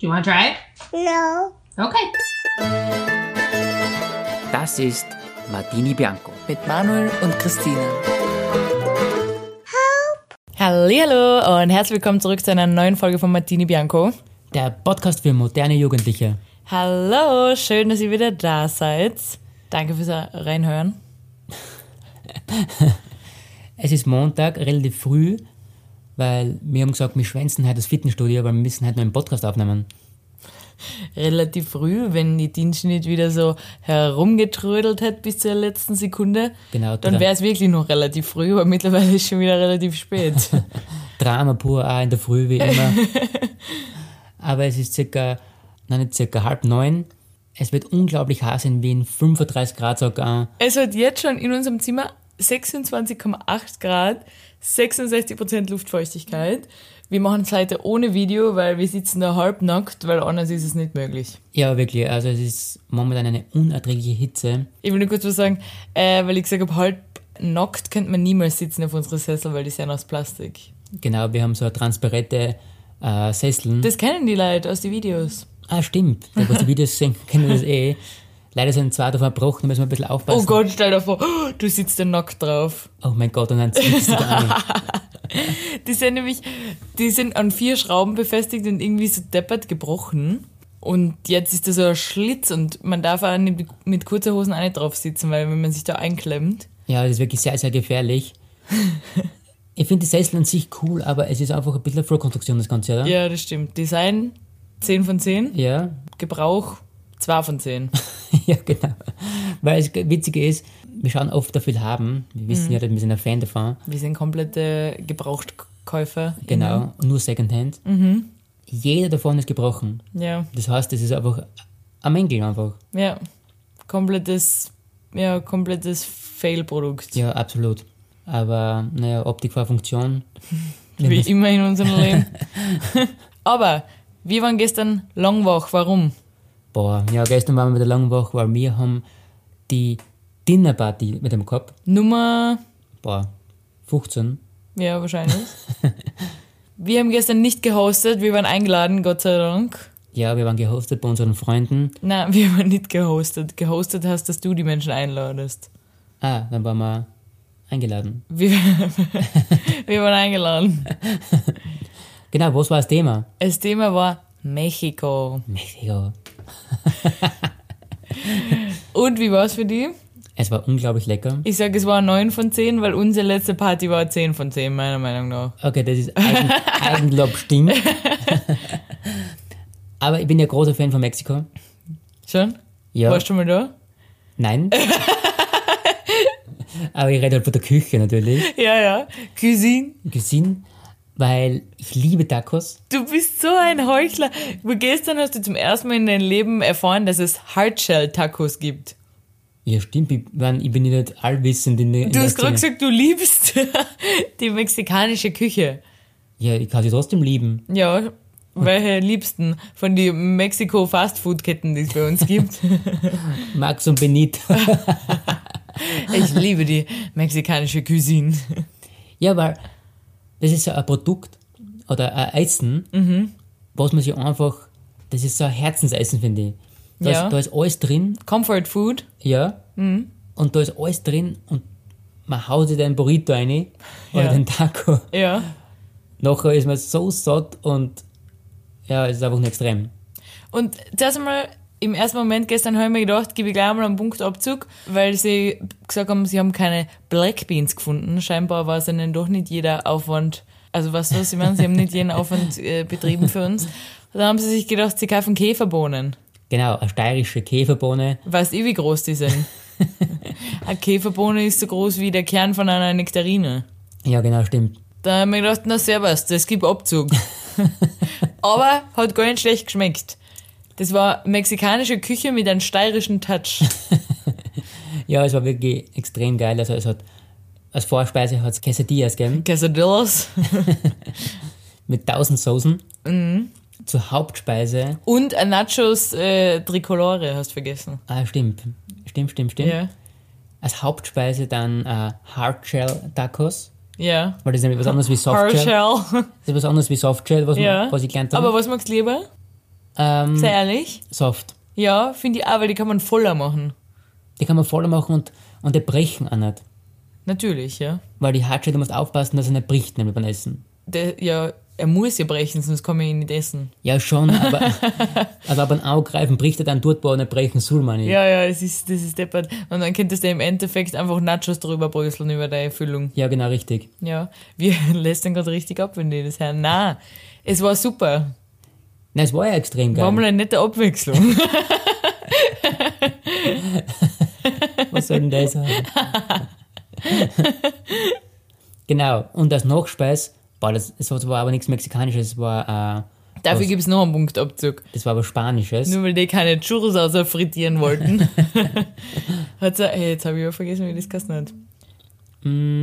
Do you want to try it? No. Okay. Das ist Martini Bianco. Mit Manuel und Christine. Hallo und herzlich willkommen zurück zu einer neuen Folge von Martini Bianco. Der Podcast für moderne Jugendliche. Hallo, schön, dass ihr wieder da seid. Danke fürs Reinhören. Es ist Montag, relativ früh, weil wir haben gesagt, wir schwänzen heute das Fitnessstudio, weil wir müssen heute noch einen Podcast aufnehmen. Relativ früh, wenn die Dienst nicht wieder so herumgetrödelt hat bis zur letzten Sekunde, Genau, dann genau. wäre es wirklich noch relativ früh, aber mittlerweile ist schon wieder relativ spät. Drama pur, auch in der Früh wie immer. Aber es ist circa, nein, nicht circa halb neun. Es wird unglaublich heiß in Wien, 35 Grad sogar. es hat jetzt schon in unserem Zimmer 26,8 Grad, 66% Luftfeuchtigkeit. Wir machen es heute ohne Video, weil wir sitzen da halbnackt, weil anders ist es nicht möglich. Ja, wirklich, also es ist momentan eine unerträgliche Hitze. Ich will nur kurz was sagen, äh, weil ich gesagt habe, halb nackt könnte man niemals sitzen auf unsere Sessel, weil die sind aus Plastik. Genau, wir haben so transparente äh, Sesseln. Das kennen die Leute aus den Videos. ah, stimmt. Da, was die Videos sehen, kennen das eh. Leider sind zwei davon verbrochen, da müssen wir ein bisschen aufpassen. Oh Gott, stell dir vor, oh, du sitzt da nackt drauf. Oh mein Gott, und dann sitzt du da an. Die sind nämlich, die sind an vier Schrauben befestigt und irgendwie so deppert gebrochen. Und jetzt ist da so ein Schlitz und man darf auch nicht mit kurzer Hosen auch nicht drauf sitzen, weil wenn man sich da einklemmt. Ja, das ist wirklich sehr, sehr gefährlich. Ich finde die Sessel an sich cool, aber es ist einfach ein bisschen eine Vorkonstruktion, das Ganze, oder? Ja, das stimmt. Design 10 von 10, Ja, Gebrauch 2 von 10. ja, genau. Weil das Witzige ist, wir schauen oft dafür haben. Wir wissen Mhm. ja, dass wir sind ein Fan davon. Wir sind komplette Gebrauchtkäufer. Genau. Nur Secondhand. Mhm. Jeder davon ist gebrochen. Ja, Das heißt, es ist einfach ein Mängel einfach. ja. Komplettes, ja, komplettes Fail-Produkt. Ja, absolut. Aber naja, Optik vor Funktion. Wie immer in unserem Leben. Aber wir waren gestern langwach. Warum? Boah, ja, gestern waren wir mit der langen Woche, weil wir haben die Dinnerparty mit dem gehabt. Nummer, Boah, 15. ja, wahrscheinlich. wir haben gestern nicht gehostet. Wir waren eingeladen, Gott sei Dank. Ja, wir waren gehostet bei unseren Freunden. Nein, wir waren nicht gehostet. Gehostet hast, dass du die Menschen einladest. Ah, dann waren wir eingeladen. Wir, wir waren eingeladen. Genau, was war das Thema? Das Thema war Mexiko. Mexiko. Und wie war es für die? Es war unglaublich lecker. Ich sage, es war 9 von 10, weil unsere letzte Party war 10 von 10, meiner Meinung nach. Okay, das ist Eigen Eigenlob, stimmt. Aber ich bin ja großer Fan von Mexiko. Schon? Ja. Warst du mal da? Nein. Aber ich rede halt von der Küche natürlich. Ja, ja. Cuisine. Gesehen, weil ich liebe Tacos. Du bist so ein Heuchler. Aber Gestern hast du zum ersten Mal in deinem Leben erfahren, dass es Hardshell-Tacos gibt. Ja, stimmt, ich, mein, ich bin ja nicht allwissend in der in Du der hast gerade Szene. gesagt, du liebst die mexikanische Küche. Ja, ich kann sie trotzdem lieben. Ja, welche liebsten von den Mexiko-Fastfood-Ketten, die es bei uns gibt? Max und Benito. Ich liebe die mexikanische Cuisine. Ja, weil das ist so ein Produkt oder ein Essen, Mhm. was man sich einfach, das ist so ein Herzensessen, finde ich. Da, Ja. Mhm. ist, da ist alles drin, Comfort Food. ja, und da ist alles drin und man haut sich den Burrito rein oder Ja. den Taco. Ja. Nachher ist man so satt und ja, es ist einfach ein Extrem. Und zuerst einmal, im ersten Moment gestern habe ich mir gedacht, gebe ich gleich einmal einen Punktabzug, weil sie gesagt haben, sie haben keine Black Beans gefunden. Scheinbar war es ihnen doch nicht jeder Aufwand, also weißt du, was sie meinen, sie haben nicht jeden Aufwand äh, betrieben für uns. Dann haben sie sich gedacht, sie kaufen Käferbohnen. Genau, eine steirische Käferbohne. Weißt du, wie groß die sind? Eine Käferbohne ist so groß wie der Kern von einer Nektarine. Ja, genau, stimmt. Da haben wir gedacht, na servus, das gibt Abzug. Aber hat gar nicht schlecht geschmeckt. Das war mexikanische Küche mit einem steirischen Touch. Ja, es war wirklich extrem geil. Also es hat als Vorspeise hat es Quesadillas gegeben Quesadillas. mit 1000 Soßen. Mhm. Zur Hauptspeise Und ein Nachos äh, Tricolore, hast vergessen. Ah, stimmt. Stimmt, stimmt, stimmt. Ja. Als Hauptspeise dann äh, Hardshell-Tacos, Ja. weil das ist nämlich was anderes wie Softshell. Hardshell. Das ist was anderes wie Softshell, was, ja. man, was ich gelernt habe. Aber was magst du lieber? Ähm, Sei ehrlich. soft. Ja, finde ich auch, weil die kann man voller machen. Die kann man voller machen und, und die brechen auch nicht. Natürlich, ja. Weil die Hartschale, du musst aufpassen, dass er nicht bricht, nämlich beim Essen. Der, ja, er muss ja brechen, sonst kann man ihn nicht essen. Ja, schon, aber, aber beim Augreifen bricht er dann dort, wo er nicht brechen soll, meine ich. Ja, ja, es ist, das ist deppert. Und dann könntest du im Endeffekt einfach Nachos drüber bröseln über deine Füllung. ja, genau, richtig. Ja, wir lästern gerade richtig ab, wenn die das hören. Na, es war super. Nein, es war ja extrem geil. War mal eine nette Abwechslung. Was soll denn das sein? genau, und als Nachspeis, boah, das, das war aber nichts Mexikanisches, das war, äh, Dafür gibt es noch einen Punktabzug. das war aber Spanisches. Nur weil die keine Churros außer frittieren wollten. Hat's a, hey, jetzt habe ich ja vergessen, wie das Kasten hat.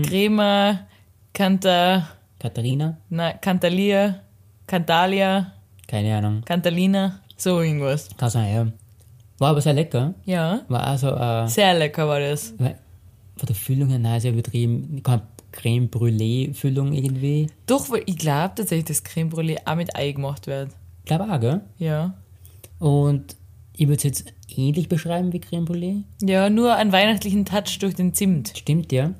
Crema, Canta, Hm, Katharina? na, Cantalia, Cantalia, Keine Ahnung. Cantalina, so irgendwas. Kann sein, ja. War aber sehr lecker. Ja, War auch so, äh, sehr lecker war das. weil- von der Füllung her, nein, sehr übertrieben. Keine Creme Brûlée-Füllung irgendwie. Doch, weil ich glaube tatsächlich, dass Creme Brûlée auch mit Ei gemacht wird. Ich glaube auch, gell? Ja. Und ich würde es jetzt ähnlich beschreiben wie Creme Brûlée. Ja, nur einen weihnachtlichen Touch durch den Zimt. Stimmt, ja.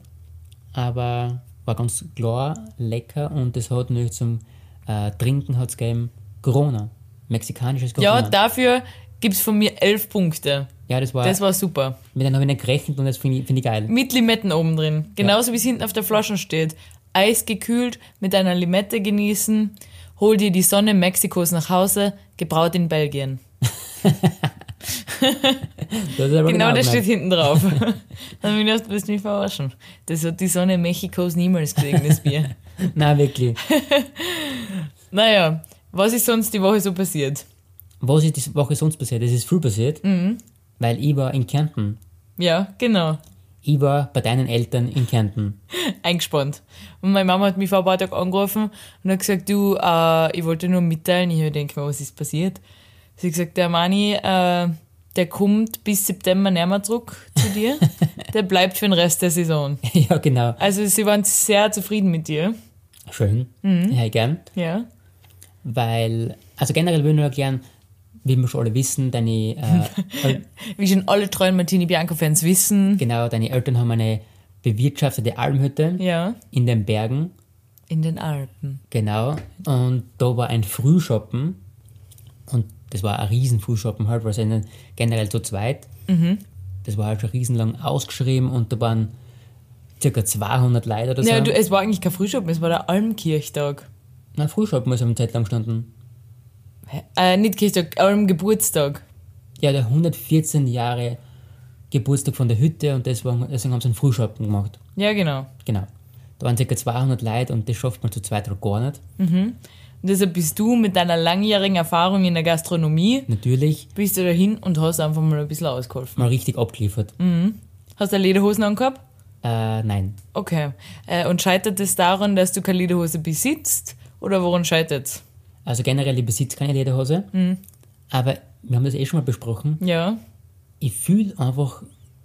Aber war ganz klar lecker und es hat natürlich zum äh, Trinken hat's gegeben Corona. Mexikanisches Corona. Ja, dafür gibt es von mir elf Punkte. Ja, das war, Das war super. mit denen habe ich nicht gerechnet und das finde ich, find ich geil. Mit Limetten oben drin. Genauso wie es hinten auf der Flasche steht. Eis gekühlt, mit einer Limette genießen. Hol dir die Sonne Mexikos nach Hause, gebraut in Belgien. Das ist aber Genau das steht gemeint. hinten drauf. Dann bin ich erst- willst du mich verarschen. Das hat die Sonne Mexikos niemals gelegen, das Bier. Nein, wirklich. naja, was ist sonst die Woche so passiert? Was ist diese Woche sonst passiert? Es ist viel passiert, Mhm. weil ich war in Kärnten. Ja, genau. Ich war bei deinen Eltern in Kärnten. eingespannt. Und meine Mama hat mich vor ein paar Tagen angerufen und hat gesagt, du, äh, ich wollte nur mitteilen. Ich denke mir, was ist passiert? Sie hat gesagt, der Mani, äh, der kommt bis September nicht mehr zurück zu dir. der bleibt für den Rest der Saison. ja, genau. Also sie waren sehr zufrieden mit dir. Schön. Mhm. Ja, gern. Ja. Weil, also generell will ich nur erklären, wie wir schon alle wissen, deine äh, Wie schon alle treuen Martini Bianco-Fans wissen. Genau, deine Eltern haben eine bewirtschaftete Almhütte Ja. in den Bergen. In den Alpen. Genau. Und da war ein Frühschoppen. Und das war ein riesen Frühschoppen halt, weil sie sind generell zu zweit. Mhm. Das war halt schon riesenlang ausgeschrieben und da waren circa 200 Leute oder so. Ja, du, es war eigentlich kein Frühschoppen, es war der Almkirchtag. Na, Frühschoppen ist am Zeit lang gestanden. Äh, nicht Kirchtag, Almgeburtstag. Ja, der 114 Jahre Geburtstag von der Hütte und deswegen, deswegen haben sie einen Frühschoppen gemacht. Ja, genau. Genau. Da waren circa 200 Leute und das schafft man zu zweit halt gar nicht. Und deshalb bist du mit deiner langjährigen Erfahrung in der Gastronomie, Natürlich bist du dahin und hast einfach mal ein bisschen ausgeholfen. mal richtig abgeliefert. Hast du Lederhosen angehabt? Äh, nein. Okay. Äh, und scheitert es daran, dass du keine Lederhose besitzt? Oder woran scheitert's? Also generell, ich besitze keine Lederhose. Mhm. Aber wir haben das eh schon mal besprochen. Ja. Ich fühle einfach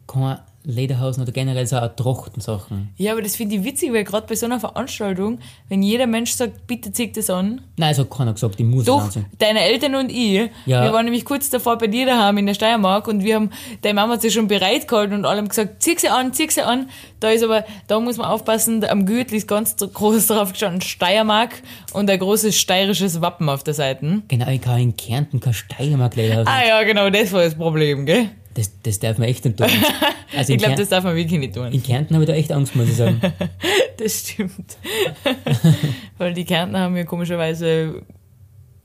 keine Lederhosen oder generell so auch Trachtensachen. Ja, aber das finde ich witzig, weil gerade bei so einer Veranstaltung, wenn jeder Mensch sagt, bitte zieh das an. Nein, es hat keiner gesagt, ich muss es Doch, anziehen. deine Eltern und ich, Ja. wir waren nämlich kurz davor bei dir daheim in der Steiermark und wir haben, deine Mama hat sie schon bereit gehalten und alle haben gesagt, zieh sie an, zieh sie an. Da ist aber, da muss man aufpassen, da am Gürtel ist ganz groß drauf gestanden Steiermark und ein großes steirisches Wappen auf der Seite. Genau, ich kann in Kärnten keine Steiermark Lederhosen. Ah ja, genau, das war das Problem, gell? Das, das darf man echt nicht tun. Also in, Ich glaube, Kärn- das darf man wirklich nicht tun. in Kärnten habe ich da echt Angst, muss ich sagen. Das stimmt. Weil die Kärntner haben ja komischerweise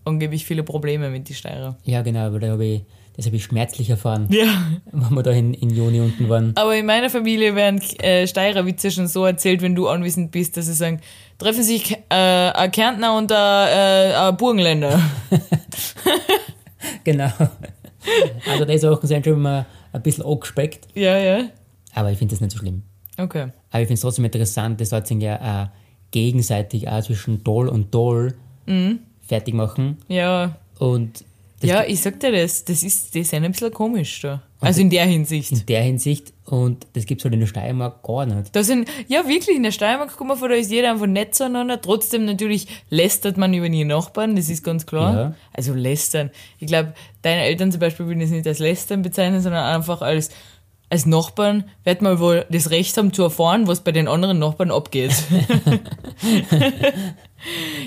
angeblich viele Probleme mit die Steirer. ja, genau, weil da habe ich, das habe ich schmerzlich erfahren, Ja, wenn wir da in, in Juni unten waren. Aber in meiner Familie werden äh, Steirer Witze schon so erzählt, wenn du anwesend bist, dass sie sagen, treffen sich äh, ein Kärntner und ein, äh, ein Burgenländer. Genau. Also die Sachen sind schon immer ein bisschen angespeckt, ja, ja. aber ich finde das nicht so schlimm. Okay. Aber ich finde es trotzdem interessant, das hat sich ja auch gegenseitig auch zwischen Doll und Doll Mhm. fertig machen. Ja. Und das ja, ich sag dir das, das ist, die sind ein bisschen komisch da. Also in der Hinsicht. in der Hinsicht. Und das gibt es halt in der Steiermark gar nicht. Da sind, ja wirklich, in der Steiermark kommt man vor, da ist jeder einfach nett zueinander. Trotzdem natürlich lästert man über die Nachbarn, das ist ganz klar. Ja. Also lästern. Ich glaube, deine Eltern zum Beispiel würden es nicht als lästern bezeichnen, sondern einfach als, als Nachbarn wird man wohl das Recht haben zu erfahren, was bei den anderen Nachbarn abgeht.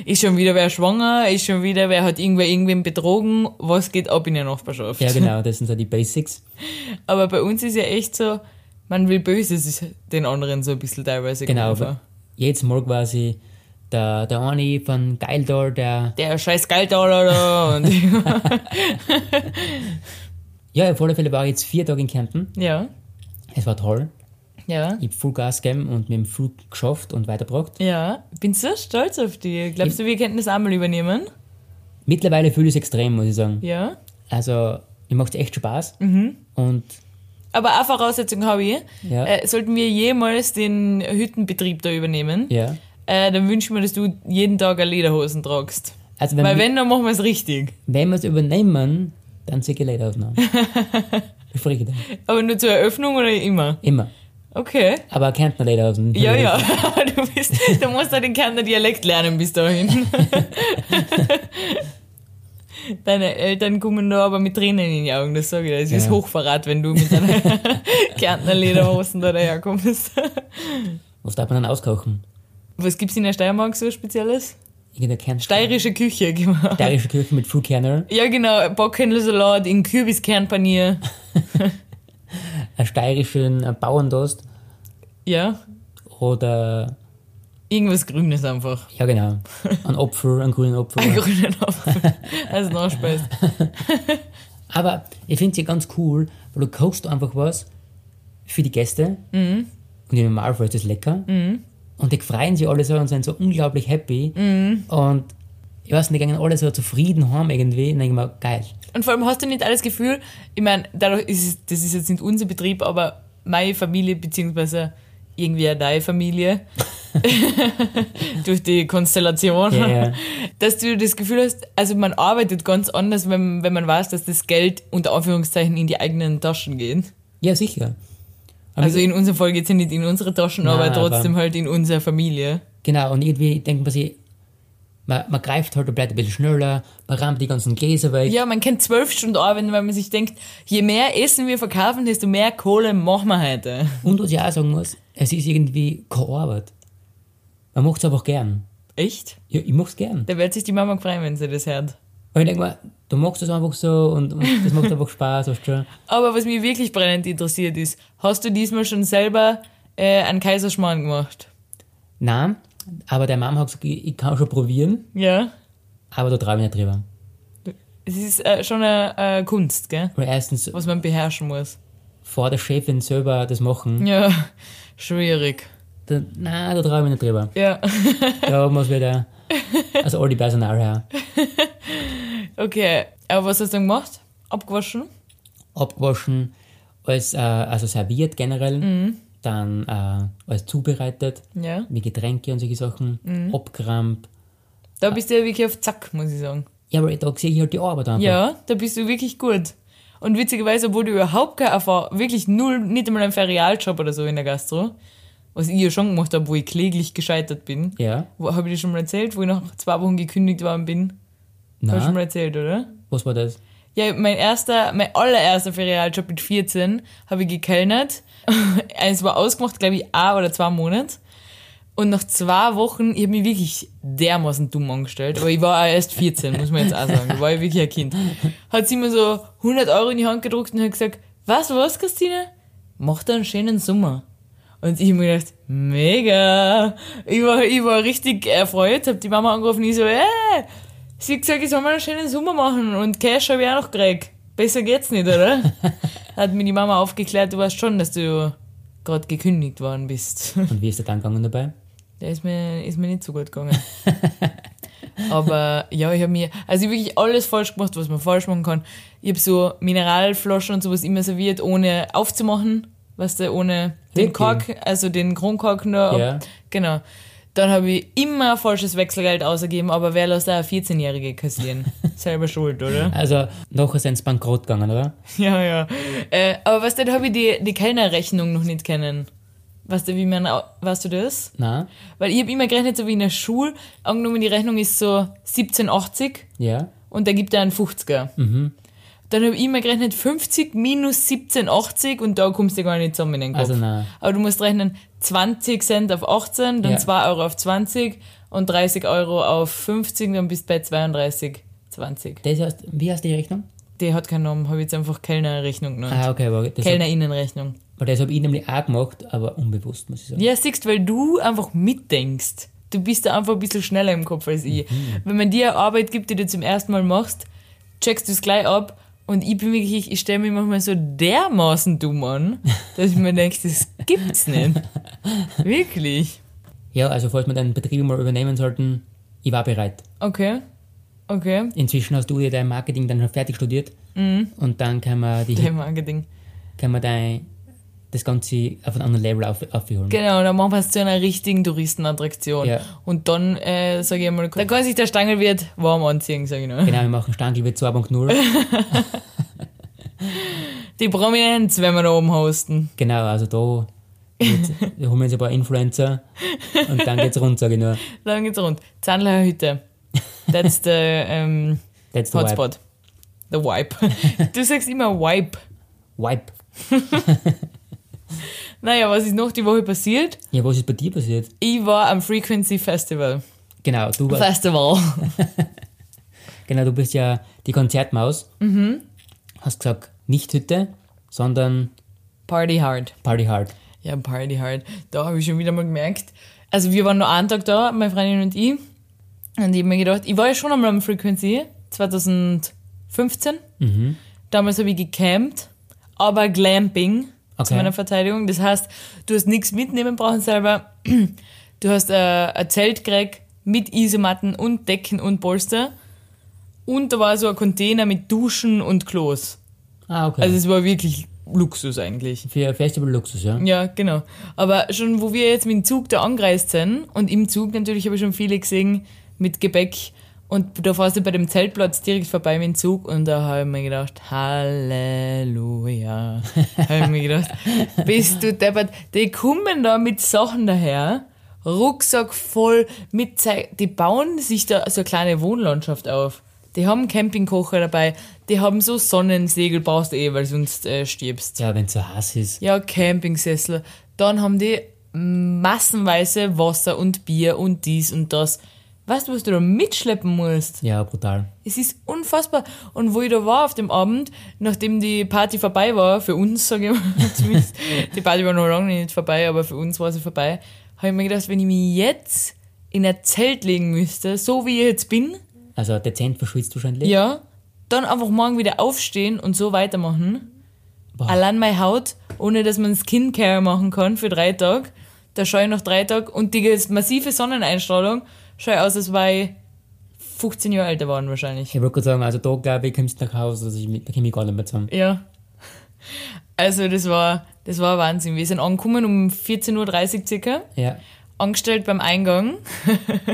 ist schon wieder wer schwanger, ist schon wieder wer hat irgendwer irgendwen betrogen, was geht ab in der Nachbarschaft. Ja, genau, das sind so die Basics. Aber bei uns ist ja echt so, man will Böses den anderen so ein bisschen teilweise Genau. gegenüber. Jedes Mal quasi der, der eine von Geildor, der. der scheiß Geldauer da und Ja, auf alle Fälle war ich jetzt vier Tage in Kärnten. ja, Es war toll. ja, Ich habe voll Gas gegeben und mit dem Flug geschafft und weitergebracht. ja. Bin so stolz auf dich. Glaubst du, wir könnten das einmal übernehmen? Mittlerweile fühle ich es extrem, muss ich sagen. Ja. Also, mir macht es echt Spaß. Und Aber eine Voraussetzung habe ich. Ja. Mhm. Äh, sollten wir jemals den Hüttenbetrieb da übernehmen, ja. äh, dann wünschen wir, dass du jeden Tag eine Lederhosen tragst. Also, wenn, Weil wir, wenn, dann machen wir es richtig. wenn wir es übernehmen, dann sehe ich Leitaufnahmen. Frage Aber nur zur Eröffnung oder immer? Immer. Okay. Aber Kärntner Leithosen. Ja, ja. Du, bist, du musst ja den Kärntner Dialekt lernen bis dahin. Deine Eltern kommen da aber mit Tränen in die Augen, das sage ich dir. Es ist Ja. Hochverrat, wenn du mit deiner Kärntner Lederhosen da daherkommst. Was darf man dann auskochen? Was gibt's in der Steiermark so Spezielles? Irgendeine Kärntner. Steirische Küche, genau. Steirische Küche mit Flugkerner. Ja, genau. Bockhändlersalat in Kürbiskernpanier. Einen steirischen äh, Bauerndost. Ja, Oder, irgendwas Grünes einfach. ja genau, ein Apfel, einen grünen Ein Apfel. grüner Apfel Also als Nachspeise. Aber ich finde sie ganz cool, weil du kochst einfach was für die Gäste und im Normalfall ist das lecker. Und die freuen sich alle so und sind so unglaublich happy. Und ich weiß nicht, die gehen alle so zufrieden heim irgendwie. Und denke ich mir, geil. Und vor allem hast du nicht alles Gefühl, ich meine, dadurch ist es, das ist jetzt nicht unser Betrieb, aber meine Familie, beziehungsweise irgendwie auch deine Familie, durch die Konstellation, Ja, ja. dass du das Gefühl hast, also man arbeitet ganz anders, wenn, wenn man weiß, dass das Geld unter Anführungszeichen in die eigenen Taschen geht. Ja, sicher. Aber Also in unserer Folge jetzt nicht in unsere Taschen, Nein, aber trotzdem aber- halt in unserer Familie. Genau, und irgendwie denkt man sich, man, man greift halt und bleibt ein bisschen schneller, man rammt die ganzen Gläser weg. Ja, man kann zwölf Stunden arbeiten, weil man sich denkt, je mehr Essen wir verkaufen, desto mehr Kohle machen wir heute. Und was ich auch sagen muss, es ist irgendwie keine Arbeit. Man macht es einfach gern. Echt? Ja, ich mach's gern. Da wird sich die Mama freuen, wenn sie das hört. Und ich denke mir, du machst das einfach so und, und das macht einfach Spaß, weißt du? Aber was mich wirklich brennend interessiert ist, hast du diesmal schon selber äh, einen Kaiserschmarrn gemacht? Nein, aber der Mama hat gesagt, ich, ich kann schon probieren, Ja. aber da trau ich mich nicht drüber. Es ist äh, schon eine, eine Kunst, gell? Weil erstens Was man beherrschen muss. vor der Chefin selber das machen, Ja, schwierig. da, nein, da trau ich mich nicht drüber. Ja, Da muss wieder, also all die Personal her, okay. Aber was hast du dann gemacht? Abgewaschen? abgewaschen, alles, äh, also serviert generell, Mhm. dann äh, alles zubereitet, Ja. wie Getränke und solche Sachen, Mhm. abgerammt. Da bist du ja wirklich auf Zack, muss ich sagen. Ja, aber da sehe ich halt die Arbeit einfach. Ja, da bist du wirklich gut. Und witzigerweise, obwohl du überhaupt keine Erfahrung, wirklich null, nicht einmal einen Ferialjob oder so in der Gastro, was ich ja schon gemacht habe, wo ich kläglich gescheitert bin. Ja, Wo, hab ich dir schon mal erzählt, wo ich nach zwei Wochen gekündigt worden bin? Hab ich schon nein, mal erzählt, oder? was war das? Ja, mein erster, mein allererster Ferialjob mit 14 habe ich gekellnert. Also es war ausgemacht, glaube ich, ein oder zwei Monate. Und nach zwei Wochen, ich habe mich wirklich dermaßen dumm angestellt. Aber ich war auch erst 14, muss man jetzt auch sagen. Ich war ja wirklich ein Kind. Hat sie mir so 100 Euro in die Hand gedruckt und hat gesagt, was, was, Christine? Mach da einen schönen Sommer. Und ich hab mir gedacht, mega. Ich war, ich war richtig erfreut, hab die Mama angerufen, ich so, äh, sie hat gesagt, ich soll mal einen schönen Sommer machen und Cash habe ich auch noch gekriegt. Besser geht's nicht, oder? Hat mir die Mama aufgeklärt, du weißt schon, dass du gerade gekündigt worden bist. Und wie ist der dann gegangen dabei? Der ist mir, ist mir nicht so gut gegangen. Aber ja, ich habe mir, also ich hab wirklich alles falsch gemacht, was man falsch machen kann. Ich habe so Mineralflaschen und sowas immer serviert, ohne aufzumachen, weißt du, ohne den Wirklich? Kork, also den Kronkorken da. ab- Ja. Genau. Dann habe ich immer falsches Wechselgeld ausgegeben, aber wer lässt da eine 14-Jährige kassieren? Selber schuld, oder? Also, noch ist eins bankrott gegangen, oder? Ja, ja. Äh, aber was dann habe ich die, die Kellnerrechnung noch nicht kennen. Weißt du, wie man, au- weißt du das? Na? Weil ich habe immer gerechnet, so wie in der Schule, angenommen, die Rechnung ist so 1780 Ja? und da gibt er einen 50er. Mhm. Dann habe ich immer gerechnet, 50 minus 1780 und da kommst du gar nicht zusammen in den Kopf. Also, na. Aber du musst rechnen, 20 Cent auf 18, dann Ja. 2 Euro auf 20 und 30 Euro auf 50, dann bist du bei 32,20. Das heißt, wie heißt die Rechnung? Die hat keinen Namen, habe ich jetzt einfach Kellnerrechnung genannt. Ah, okay, aber das, hab, Kellnerinnenrechnung. aber das habe ich nämlich auch gemacht, aber unbewusst, muss ich sagen. Ja, siehst, weil du einfach mitdenkst. Du bist da einfach ein bisschen schneller im Kopf als ich. Wenn man dir eine Arbeit gibt, die du zum ersten Mal machst, checkst du es gleich ab. Und ich bin wirklich, ich stelle mich manchmal so dermaßen dumm an, dass ich mir denke, das gibt's nicht. Wirklich. Ja, also, falls wir deinen Betrieb mal übernehmen sollten, ich war bereit. Okay. Okay. Inzwischen hast du dir dein Marketing dann schon fertig studiert Mhm. und dann kann man, die, Dein Marketing. kann man dein, das Ganze auf ein anderes Level auf, aufholen. Genau, dann machen wir es zu einer richtigen Touristenattraktion. Ja. Und dann, äh, sage ich mal, da kann sich der Stangelwirt warm anziehen, sage ich nur. Genau, wir machen Stangelwirt 2.0. Die Prominenz, wenn wir da oben hosten. genau, also da jetzt, holen wir uns ein paar Influencer und dann geht's rund, sage ich nur. Dann geht's rund. Zandler Hütte. That's the ähm, That's the Hotspot. Hotspot. The Wipe. Du sagst immer Wipe. Wipe. Wipe. Naja, was ist noch die Woche passiert? Ja, was ist bei dir passiert? Ich war am Frequency Festival. Genau, du warst, Festival. genau, du bist ja die Konzertmaus. Hast gesagt, nicht Hütte, sondern Party hard. Party Hard. Ja, Party hard. Da habe ich schon wieder mal gemerkt. Also wir waren nur einen Tag da, meine Freundin und ich. Und ich habe mir gedacht, ich war ja schon einmal am Frequency 2015. Mhm. Damals habe ich gecampt, aber Glamping Okay. zu meiner Verteidigung. Das heißt, du hast nichts mitnehmen brauchen selber. Du hast äh, ein Zelt gekriegt mit Isomatten und Decken und Polster. Und da war so ein Container mit Duschen und Klos. Ah, okay. Also es war wirklich Luxus eigentlich. Für Festival Luxus, ja. Ja, genau. Aber schon, wo wir jetzt mit dem Zug da angereist sind und im Zug natürlich habe ich schon viele gesehen mit Gebäck und da fährst du bei dem Zeltplatz direkt vorbei mit dem Zug und da habe ich mir gedacht, Halleluja. habe ich mir gedacht, bist du deppert. Die kommen da mit Sachen daher, Rucksack voll mit Zei Die bauen sich da so eine kleine Wohnlandschaft auf. Die haben einen Campingkocher dabei, die haben so Sonnensegel, brauchst du eh, weil sonst äh, stirbst. Ja, wenn es so heiß ist. Ja, Campingsessel. Dann haben die massenweise Wasser und Bier und dies und das. Weißt du, was du da mitschleppen musst? Ja, brutal. Es ist unfassbar. Und wo ich da war auf dem Abend, nachdem die Party vorbei war, für uns, sage ich mal, zumindest, die Party war noch lange nicht vorbei, aber für uns war sie vorbei, habe ich mir gedacht, wenn ich mich jetzt in ein Zelt legen müsste, so wie ich jetzt bin, Also dezent verschwitzt wahrscheinlich. ja, dann einfach morgen wieder aufstehen und so weitermachen. Boah. Allein meine Haut, ohne dass man Skincare machen kann für drei Tage. Da schaue ich noch drei Tage und die massive Sonneneinstrahlung schaue aus, als war ich 15 Jahre älter waren wahrscheinlich. Ich würde gerade sagen, also da glaube ich, kommst du nach Hause, also ich, da komme ich gar nicht mehr zusammen. Ja. Also das war, das war Wahnsinn. Wir sind angekommen um 14.30 Uhr circa. Ja, angestellt beim Eingang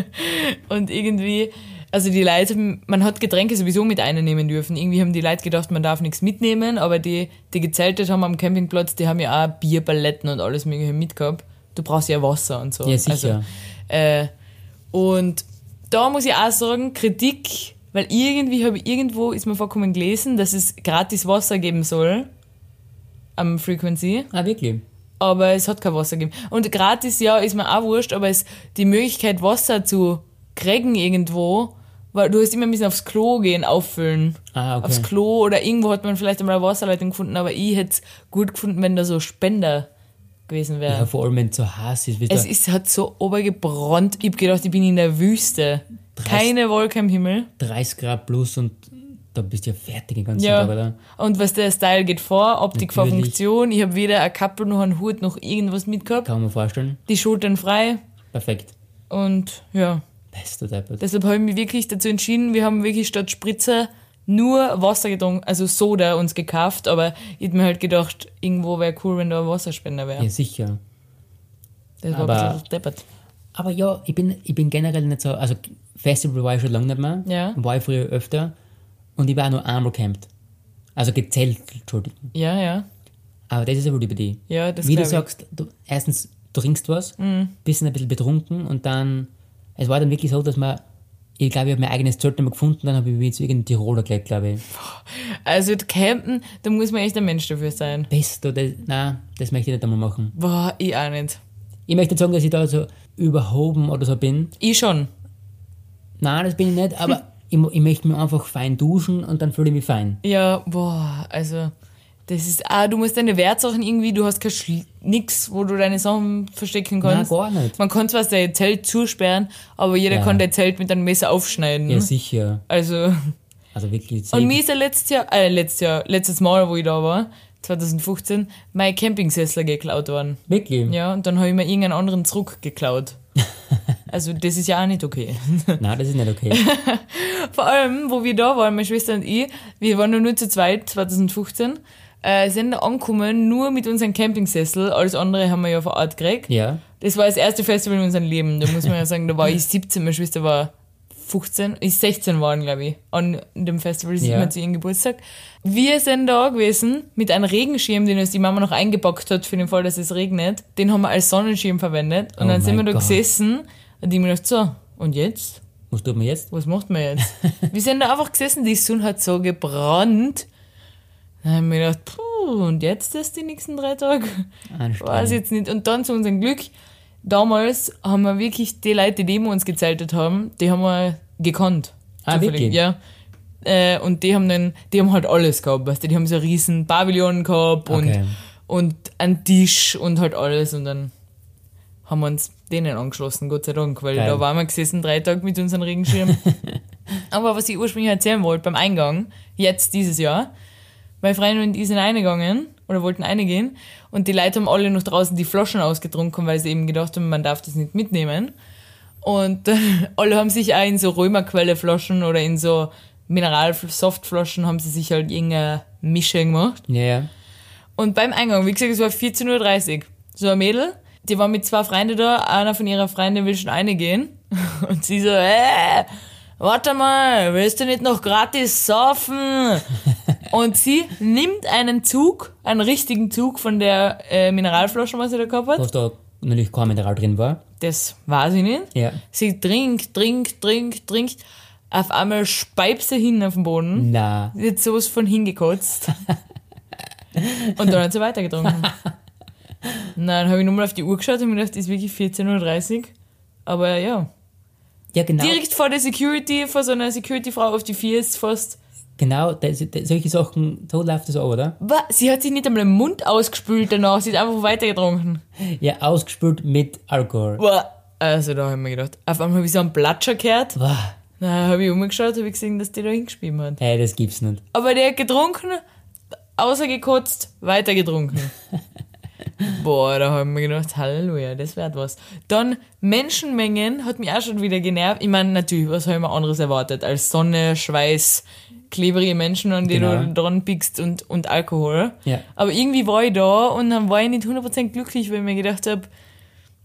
und irgendwie, also die Leute, haben- man hat Getränke sowieso mit einnehmen dürfen. Irgendwie haben die Leute gedacht, man darf nichts mitnehmen, aber die, die gezeltet haben am Campingplatz, die haben ja auch Bierpaletten und alles mögliche mitgehabt. Du brauchst ja Wasser und so. Ja, sicher. Also, äh, und da muss ich auch sagen, Kritik, weil irgendwie habe ich irgendwo, ist mir vorkommen gelesen, dass es gratis Wasser geben soll am Frequency ah, wirklich. aber es hat kein Wasser gegeben. Und gratis, ja, ist mir auch wurscht, aber es, die Möglichkeit, Wasser zu kriegen irgendwo, weil du hast immer ein bisschen aufs Klo gehen, auffüllen. Ah, okay. Aufs Klo oder irgendwo hat man vielleicht einmal eine Wasserleitung gefunden, aber ich hätte es gut gefunden, wenn da so Spender gewesen wäre. Ja, vor allem, wenn es so heiß ist, wisst es ihr, ist, hat so obergebrannt. Ich hab gedacht, ich bin in der Wüste. Keine Wolke am Himmel. 30 Grad plus und da bist du ja fertig den ganzen Tag, Ja. oder? Und was der Style geht vor, Optik vor Natürlich. Funktion. Ich habe weder ein Kappel noch einen Hut noch irgendwas mitgehabt. Kann man vorstellen. Die Schultern frei Perfekt. und ja. Bester Deppert. Deshalb habe ich mich wirklich dazu entschieden, wir haben wirklich statt Spritzer nur Wasser getrunken, also Soda uns gekauft, aber ich habe mir halt gedacht, irgendwo wäre cool, wenn da ein Wasserspender wäre. Ja, sicher. Das war aber- ein bisschen deppert. Aber ja, ich bin, ich bin generell nicht so. Also, Festival war ich schon lange nicht mehr. Ja. War ich früher öfter. Und ich war auch nur einmal gecampt. Also gezählt, Entschuldigung. Ja, ja. Aber das ist eine gute Idee. Ja, das Wie du glaub ich. Mhm. sagst, du, erstens, du trinkst was, bist ein bisschen betrunken und dann. Es war dann wirklich so, dass man. Ich glaube, ich habe mein eigenes Zelt nicht mehr gefunden, dann habe ich mich zu irgendeinem Tiroler gelegt, glaube ich. Also campen, da muss man echt ein Mensch dafür sein. Pesto, das, nein, das möchte ich nicht einmal machen. Boah, ich auch nicht. Ich möchte nicht sagen, dass ich da so überhoben oder so bin. Ich schon. Nein, das bin ich nicht, aber ich, mo- ich möchte mir einfach fein duschen und dann fühle ich mich fein. Ja, boah, also das ist, ah, du musst deine Wertsachen irgendwie, du hast kein Schli- nix, wo du deine Sachen verstecken kannst. Nein, gar nicht. Man kann zwar sein Zelt zusperren, aber jeder Ja. kann dein Zelt mit einem Messer aufschneiden. Ja, sicher. Also, Also wirklich. Mhm. und mir ist ja letztes Jahr, äh, letztes Jahr, letztes Mal, wo ich da war, 2015, mein Campingsessel geklaut worden. Wirklich? Ja, und dann habe ich mir irgendeinen anderen zurückgeklaut. Also, das ist ja auch nicht okay. Nein, das ist nicht okay. Vor allem, wo wir da waren, meine Schwester und ich, wir waren nur, nur zu zweit 2015, äh, sind da angekommen, nur mit unserem Campingsessel. Alles andere haben wir ja vor Ort gekriegt. Ja. Das war das erste Festival in unserem Leben. Da muss man ja sagen, da war ich 17, meine Schwester war 15, ich 16 waren, glaube ich, an dem Festival, sieht Ja. man zu ihrem Geburtstag. Wir sind da gewesen mit einem Regenschirm, den uns die Mama noch eingepackt hat für den Fall, dass es regnet. Den haben wir als Sonnenschirm verwendet. Und Oh dann sind wir mein da Gott. gesessen und ich mir gedacht, so, und jetzt? Was tut man jetzt? was macht man jetzt? wir sind da einfach gesessen, die Sonne hat so gebrannt. Dann haben wir gedacht, puh, und jetzt das die nächsten drei Tage? Weiß Anstrengend. jetzt nicht. Und dann zu unserem Glück, damals haben wir wirklich die Leute, die neben uns gezeltet haben, die haben wir gekannt. Ah, Zufällig, wirklich? Ja. Äh, Und die haben dann, die haben halt alles gehabt, weißt du, die haben so riesen Pavillon gehabt und, Okay. und einen Tisch und halt alles und dann haben wir uns denen angeschlossen, Gott sei Dank, weil Geil. da waren wir gesessen drei Tage mit unserem Regenschirm. Aber was ich ursprünglich erzählen wollte beim Eingang, jetzt dieses Jahr, meine Freundin und ich sind eingegangen oder wollten eingehen und die Leute haben alle noch draußen die Flaschen ausgetrunken, weil sie eben gedacht haben, man darf das nicht mitnehmen. Und alle haben sich auch in so Römerquelleflaschen oder in so Mineralsoftflaschen haben sie sich halt irgendeine Mischung gemacht. Ja, ja. Und beim Eingang, wie gesagt, es war 14.30 Uhr. So ein Mädel, die war mit zwei Freunden da, einer von ihrer Freundin will schon eine gehen. Und sie so, äh, warte mal, willst du nicht noch gratis saufen? Und sie nimmt einen Zug, einen richtigen Zug von der äh, Mineralflasche, was sie da gehabt hat. Was da natürlich kein Mineral drin war. Das weiß ich nicht. Ja. Sie trinkt, trinkt, trinkt, trinkt. Auf einmal speibt sie hin auf den Boden. Na, Jetzt sowas von hingekotzt. Und dann hat sie weitergetrunken. Nein, habe ich nochmal auf die Uhr geschaut und mir gedacht, ist wirklich 14.30 Uhr. Aber ja. ja genau. Direkt vor der Security, vor so einer Security-Frau auf die vier ist fast. Genau, das, das, solche Sachen, so läuft das auch, oder? Wa- Sie hat sich nicht einmal den Mund ausgespült danach, sie hat einfach weitergetrunken. Ja, ausgespült mit Alkohol. Boah. Also da habe ich mir gedacht. Auf einmal habe ich so einen Platscher gehört. Wow. Dann habe ich umgeschaut, habe ich gesehen, dass die da hingespielt hat. Hey, das gibt's nicht. Aber der hat getrunken, außer gekotzt, weiter getrunken. Boah, da haben wir gedacht, Halleluja, das wert was. Dann Menschenmengen hat mich auch schon wieder genervt. Ich meine, natürlich, was habe ich mir anderes erwartet als Sonne, Schweiß, klebrige Menschen, an die Genau. du dran pickst und, und Alkohol. Ja. Aber irgendwie war ich da und dann war ich nicht 100% glücklich, weil ich mir gedacht habe,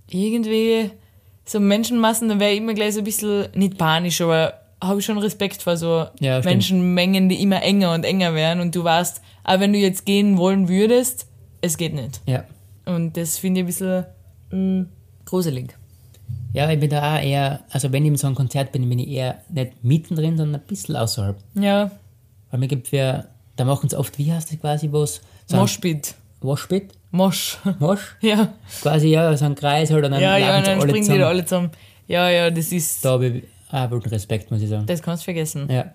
irgendwie so Menschenmassen, dann wäre ich immer gleich so ein bisschen, nicht panisch, aber habe ich schon Respekt vor so Ja, stimmt. Menschenmengen, die immer enger und enger werden und du weißt, auch wenn du jetzt gehen wollen würdest, es geht nicht. Ja. Und das finde ich ein bisschen mh, gruselig. Ja, ich bin da auch eher, also wenn ich in so einem Konzert bin, bin ich eher nicht mittendrin, sondern ein bisschen außerhalb. Ja, Weil mir gibt wir, da machen sie oft, wie heißt das quasi, was? So ein Moschpit. Waschbit? Mosch. Wasch? ja, Quasi, ja, so ein Kreis halt und dann ja, laufen ja, und sie dann alle springen die zusammen. da alle zusammen. Ja, ja, das ist, Da habe ich auch guten Respekt, muss ich sagen. das kannst du vergessen. Ja.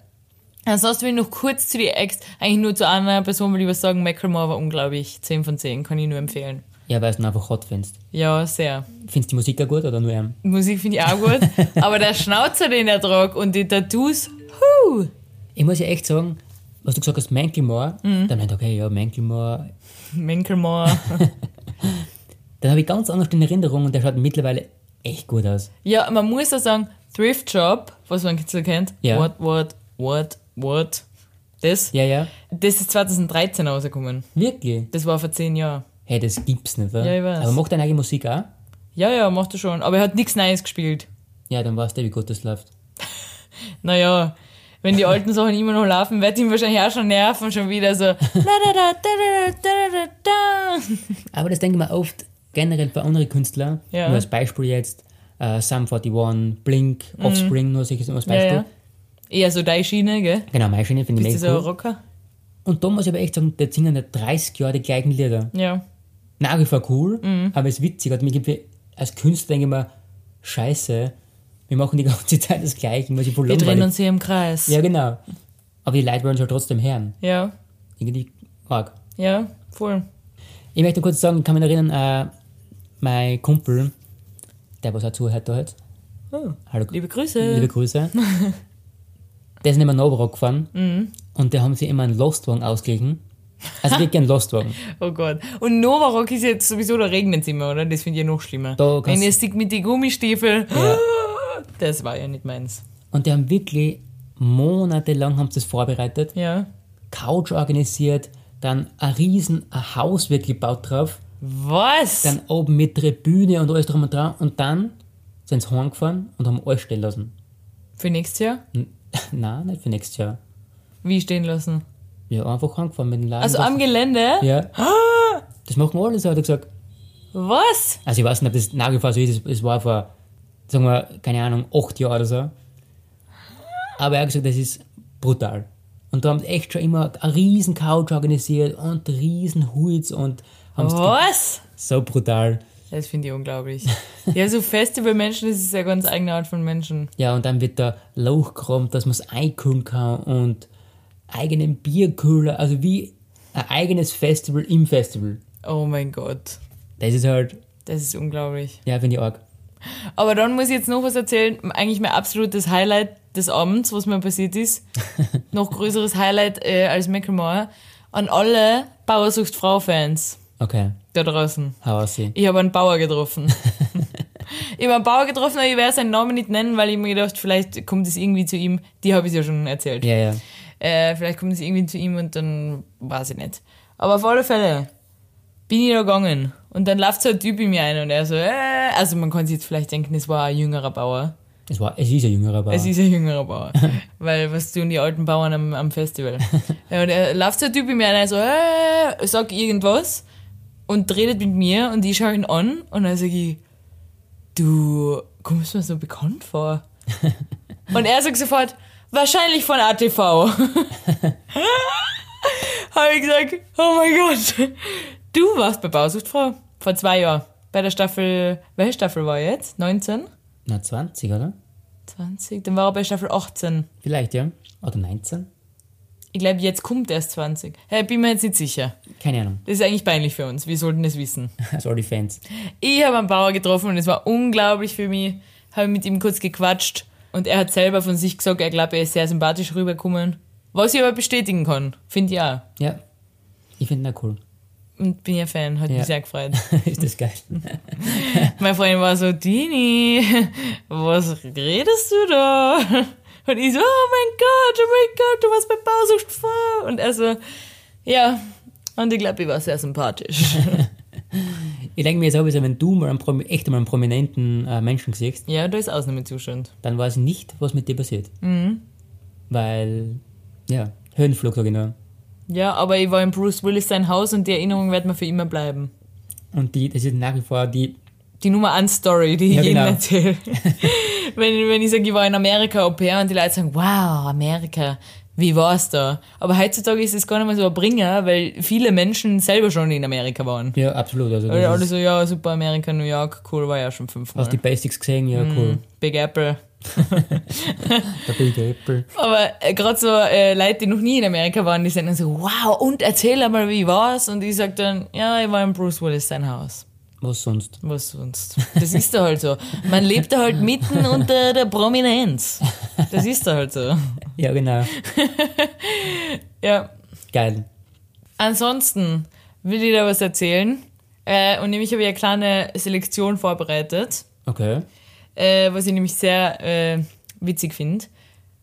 Ansonsten will ich noch kurz zu die Ex, eigentlich nur zu einer Person will ich was sagen, Macklemore war unglaublich, 10 von 10, kann ich nur empfehlen. Ja, weil du ihn einfach hot findest. Ja, sehr. Findest du die Musik auch gut oder nur ihn? Musik finde ich auch gut, aber der Schnauzer, den er tragt und die Tattoos, huh, Ich muss ja echt sagen, was du gesagt hast, Manklemore, Mhm. dann meinte ich, okay, ja, Manklemore. Macklemore. Dann habe ich ganz anders in Erinnerung und der schaut mittlerweile echt gut aus. Ja, man muss auch sagen, Thrift Shop, was man so kennt, Ja. what, what, what, what, das, Ja, ja. das ist 2013 rausgekommen. Wirklich? Das war vor zehn Jahren. Hey, das gibt's nicht, oder? Ja, ich weiß. Aber macht deine eigene Musik auch? Ja, ja, macht er schon. Aber er hat nichts Neues gespielt. Ja, dann weißt du, wie gut das läuft. Naja, wenn die alten Sachen immer noch laufen, wird ihm wahrscheinlich auch schon nerven, schon wieder so. la, da, da, da, da, da, da, da. Aber das denke ich mir oft generell bei anderen Künstlern. Ja. Nur als Beispiel jetzt äh, Sum 41, Blink, Offspring, nur solches nur als Mhm. Ja, Beispiel. ja. Eher so deine Schiene, gell? Genau, meine Schiene finde ich Bist du so ein mega cool. Rocker? Und da muss ich aber echt sagen, der singen ja 30 Jahre die gleichen Lieder. Ja. Nach wie vor cool, Mhm. aber es ist witzig. Und mir gibt mir- als Künstler denke ich mir, scheiße, wir machen die ganze Zeit das Gleiche, was ich voll Wir drehen langweilig uns hier im Kreis. Ja, genau. Aber die Leute wollen es halt trotzdem hören. Ja, Irgendwie arg. ja, voll. Ich möchte nur kurz sagen, kann mich erinnern, äh, mein Kumpel, der was auch zuhört da jetzt. Hallo, Oh, Liebe Grüße. liebe Grüße. der ist nicht mehr Nobrock gefahren Mhm. und da haben sie immer einen Lostwagen ausgeglichen. Also wirklich einen Lostwagen. Oh Gott. Und Novarock ist jetzt sowieso, da regnet es immer, oder? Das finde ich ja noch schlimmer. Da kannst- Wenn ihr stickt mit den Gummistiefeln. Ja. Das war ja nicht meins. Und die haben wirklich monatelang haben sie das vorbereitet, Ja. Couch organisiert, dann ein riesen ein Haus wird gebaut drauf, Was? dann oben mit Tribüne und alles drum und dran und dann sind sie heimgefahren und haben alles stehen lassen. Für nächstes Jahr? N- Nein, nicht für nächstes Jahr. Wie stehen lassen? Ja, einfach heimgefahren mit dem Laden. Also drauf. am Gelände? Ja. Das machen wir alles, hat er gesagt. Was? Also ich weiß nicht, ob das nach wie vor so ist. Es war vor, sagen wir, keine Ahnung, acht Jahren oder so. Aber er hat gesagt, das ist brutal. Und da haben sie echt schon immer eine riesen Couch organisiert und riesen Huids und haben sie Was? so brutal. Das finde ich unglaublich. ja, so Festivalmenschen, das ist ja ganz eigene Art von Menschen. Ja, und dann wird da Lauch geräumt, dass man es einkühlen kann und eigenen Bierkühler, also wie ein eigenes Festival im Festival. Oh mein Gott. Das ist halt, Das ist unglaublich. ja, finde ich arg. Aber dann muss ich jetzt noch was erzählen. Eigentlich mein absolutes Highlight des Abends, was mir passiert ist. noch größeres Highlight äh, als Macklemore. An alle Bauersucht-Frau-Fans Okay, da draußen. hau aus. sie. Ich habe einen Bauer getroffen. ich habe einen Bauer getroffen, aber ich werde seinen Namen nicht nennen, weil ich mir gedacht, vielleicht kommt es irgendwie zu ihm. Die habe ich ja schon erzählt. Ja, ja. Äh, vielleicht kommt es irgendwie zu ihm und dann weiß ich nicht. Aber auf alle Fälle bin ich da gegangen. Und dann läuft so ein Typ in mir ein und er so, äh, also man kann sich jetzt vielleicht denken, es war ein jüngerer Bauer. Es, war, es ist ein jüngerer Bauer. Es ist ein jüngerer Bauer. Weil was tun die alten Bauern am, am Festival? ja, und er läuft so ein Typ in mir ein, also, äh, sagt irgendwas und redet mit mir und ich schaue ihn an und dann sage ich, du kommst mir so bekannt vor. und er sagt sofort, wahrscheinlich von ATV. Habe ich gesagt, oh mein Gott, du warst bei Bausuchtfrau vor zwei Jahren. Bei der Staffel, welche Staffel war jetzt? 19? Na, 20, oder? 20? Dann war er bei Staffel 18. Vielleicht, ja. Oder 19? Ich glaube, jetzt kommt erst 20. Hey, bin mir jetzt nicht sicher. Keine Ahnung. Das ist eigentlich peinlich für uns. Wir sollten es wissen. Sorry, Fans. Ich habe einen Bauer getroffen und es war unglaublich für mich. Habe mit ihm kurz gequatscht und er hat selber von sich gesagt, er glaubt, er ist sehr sympathisch rübergekommen. Was ich aber bestätigen kann, finde ich auch. Ja. Ich finde ihn auch cool. Und bin ja Fan, hat Ja. mich sehr gefreut. ist das geil. Mein Freund war so, Dini, was redest du da? Und ich so, oh mein Gott, oh mein Gott, du warst bei Bausucht vor. Und er so, ja. Und ich glaube, ich war sehr sympathisch. Ich denke mir jetzt auch, also wenn du mal einen, Promi- echt mal einen prominenten äh, Menschen siehst, ja, da ist Ausnahmezustand. dann weiß ich nicht, was mit dir passiert. Weil, ja, Höhenflug, sag ich nur. Ja, aber ich war in Bruce Willis sein Haus und die Erinnerung wird mir für immer bleiben. Und die, das ist nach wie vor die, Die Nummer 1 Story, die ich Ja, jedem genau. erzähle. wenn, wenn ich sage, ich war in Amerika au pair und die Leute sagen, wow, Amerika, wie war's da? Aber heutzutage ist es gar nicht mehr so ein Bringer, weil viele Menschen selber schon in Amerika waren. ja, absolut. Also, das Oder alle ist, so, ja, super Amerika, New York, cool, war ja schon fünfmal. Hm. hast die Basics gesehen, ja, cool. Big Apple. Der Big Apple. Aber äh, gerade so äh, Leute, die noch nie in Amerika waren, die sind dann so, wow, und erzähl einmal, wie war's? Und ich sag dann, ja, ich war in Bruce Willis sein Haus. Was sonst? Was sonst? Das ist da halt so. Man lebt da halt mitten unter der Prominenz. Das ist da halt so. Ja, genau. Ja. Geil. Ansonsten will ich da was erzählen. Äh, und nämlich habe ich eine kleine Selektion vorbereitet. Okay. äh, was ich nämlich sehr äh, witzig finde.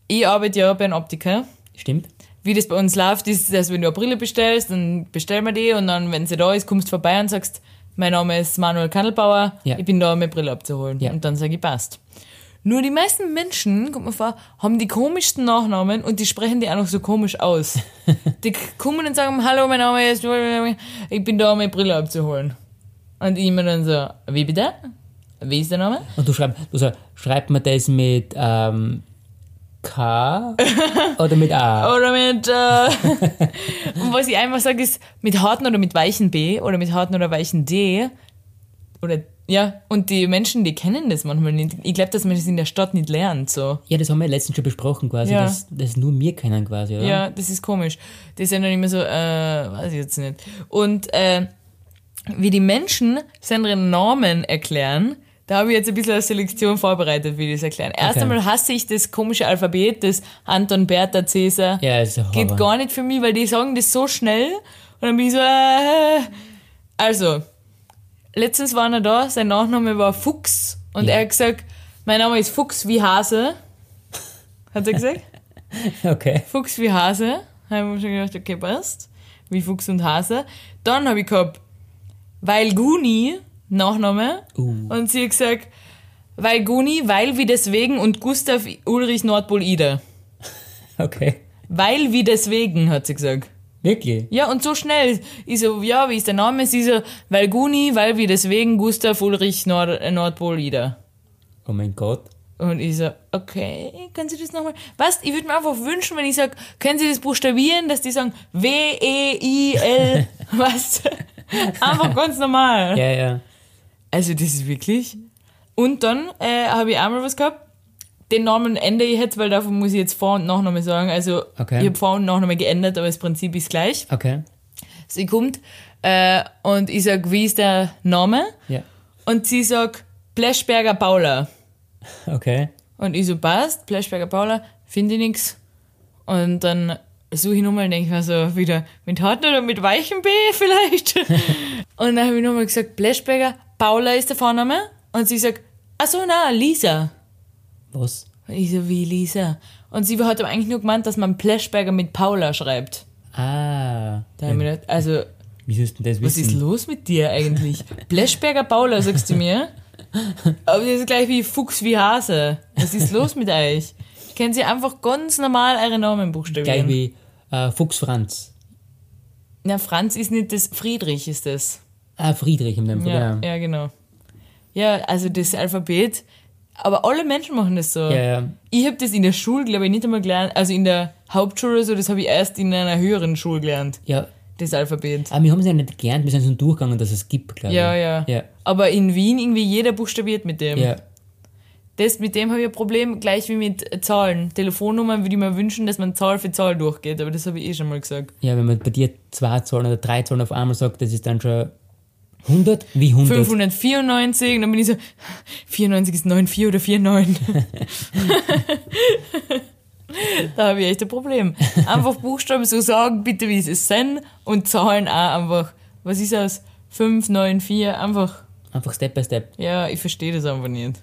Ich arbeite ja bei einem Optiker. Stimmt? Wie das bei uns läuft, ist, dass wenn du eine Brille bestellst, dann bestellen wir die und dann, wenn sie da ist, kommst du vorbei und sagst, mein Name ist Manuel Kandelbauer, Ja. ich bin da, um meine Brille abzuholen. Ja. Und dann sage ich, passt. Nur die meisten Menschen, kommt mir vor, haben die komischsten Nachnamen und die sprechen die auch noch so komisch aus. die kommen und sagen, hallo, mein Name ist, ich bin da, um meine Brille abzuholen. Und ich mir dann so, wie bitte? Wie ist der Name? Und du schreibst, du sagst, schreibt man das mit ähm, K oder mit A? Oder mit, äh, und was ich einfach sage, ist mit harten oder mit weichen B oder mit harten oder weichen D. Oder, ja, und die Menschen, die kennen das manchmal nicht. Ich glaube, dass man das in der Stadt nicht lernt, so. Ja, das haben wir letztens schon besprochen quasi, Ja. dass das nur wir kennen quasi, oder? Ja, das ist komisch. Das ist ja dann immer so, äh, weiß ich jetzt nicht. Und, äh, wie die Menschen seine Normen erklären, da habe ich jetzt ein bisschen eine Selektion vorbereitet, wie die das erklären. Erst Okay. einmal hasse ich das komische Alphabet, das Anton, Bertha, Cäsar. Ja, das ist ein geht Horror. gar nicht für mich, weil die sagen das so schnell und dann bin ich so, äh. Also, letztens war er da, sein Nachname war Fuchs und Ja. er hat gesagt, mein Name ist Fuchs wie Hase. Hat er gesagt? Okay. Fuchs wie Hase. Haben wir schon gedacht, okay, passt. Wie Fuchs und Hase. Dann habe ich gehabt, weil Guni, Nachname. Uh. Und sie hat gesagt, weil Guni, weil wie deswegen und Gustav Ulrich Nordpol Ida. Okay. Weil wie deswegen, hat sie gesagt. Wirklich? Ja, und so schnell. Ich so, ja, wie ist der Name? Sie so, weil Guni, weil wir deswegen Gustav Ulrich Nord äh, Nordpol Ida. Oh mein Gott. Und ich so, okay, können Sie das nochmal? Was? Ich würde mir einfach wünschen, wenn ich sag können Sie das buchstabieren, dass die sagen W-E-I-L. Was? einfach ganz normal. Ja, ja. Also, das ist wirklich. Und dann äh, habe ich einmal was gehabt. Den Namen ändere ich jetzt, weil davon muss ich jetzt Vor- und Nachname sagen. Also, Okay. ich habe Vor- und Nachname geändert, aber das Prinzip ist gleich. Okay. Sie kommt äh, und ich sag, wie ist der Name? Ja. Und sie sagt, Pleschberger Paula. Okay. Und ich so, passt, Pleschberger Paula, finde ich nix. Und dann suche ich nochmal und denke mir so wieder, mit harten oder mit weichem B vielleicht? und dann habe ich nochmal gesagt, Pleschberger Paula ist der Vorname. Und sie sagt, ach so, na, Lisa. Was? Und ich so, wie Lisa? Und sie hat aber eigentlich nur gemeint, dass man Pleschberger mit Paula schreibt. Ah. Da habe ich mir gedacht, also Wie sollst du denn das Was ist wissen? los mit dir eigentlich? Bleschberger Paula, sagst du mir? Aber das ist gleich wie Fuchs wie Hase. Was ist los mit euch? Können Sie einfach ganz normal eure Gleich Namen buchstabieren? wie äh, Fuchs Franz. Na, Franz ist nicht das, Friedrich ist das. Ah, Friedrich in dem Fall. Ja, Ja. ja, genau. Ja, also das Alphabet. Aber alle Menschen machen das so. Ja, ja. Ich habe das in der Schule, glaube ich, nicht einmal gelernt. Also in der Hauptschule oder so, das habe ich erst in einer höheren Schule gelernt, ja. das Alphabet. Aber wir haben es ja nicht gelernt, wir sind so durchgegangen, dass es gibt, glaube ich. Ja, ja. Ja. Aber in Wien irgendwie jeder buchstabiert mit dem. Ja. Das, mit dem habe ich ein Problem, gleich wie mit Zahlen. Telefonnummern würde ich mir wünschen, dass man Zahl für Zahl durchgeht, aber das habe ich eh schon mal gesagt. Ja, wenn man bei dir zwei Zahlen oder drei Zahlen auf einmal sagt, das ist dann schon 100 wie 100. 594, und dann bin ich so, 94 ist 94 oder 49. da habe ich echt ein Problem. Einfach Buchstaben so sagen, bitte wie es ist, Sen und Zahlen auch einfach. Was ist das? 594, einfach. Einfach Step by Step. Ja, ich verstehe das einfach nicht.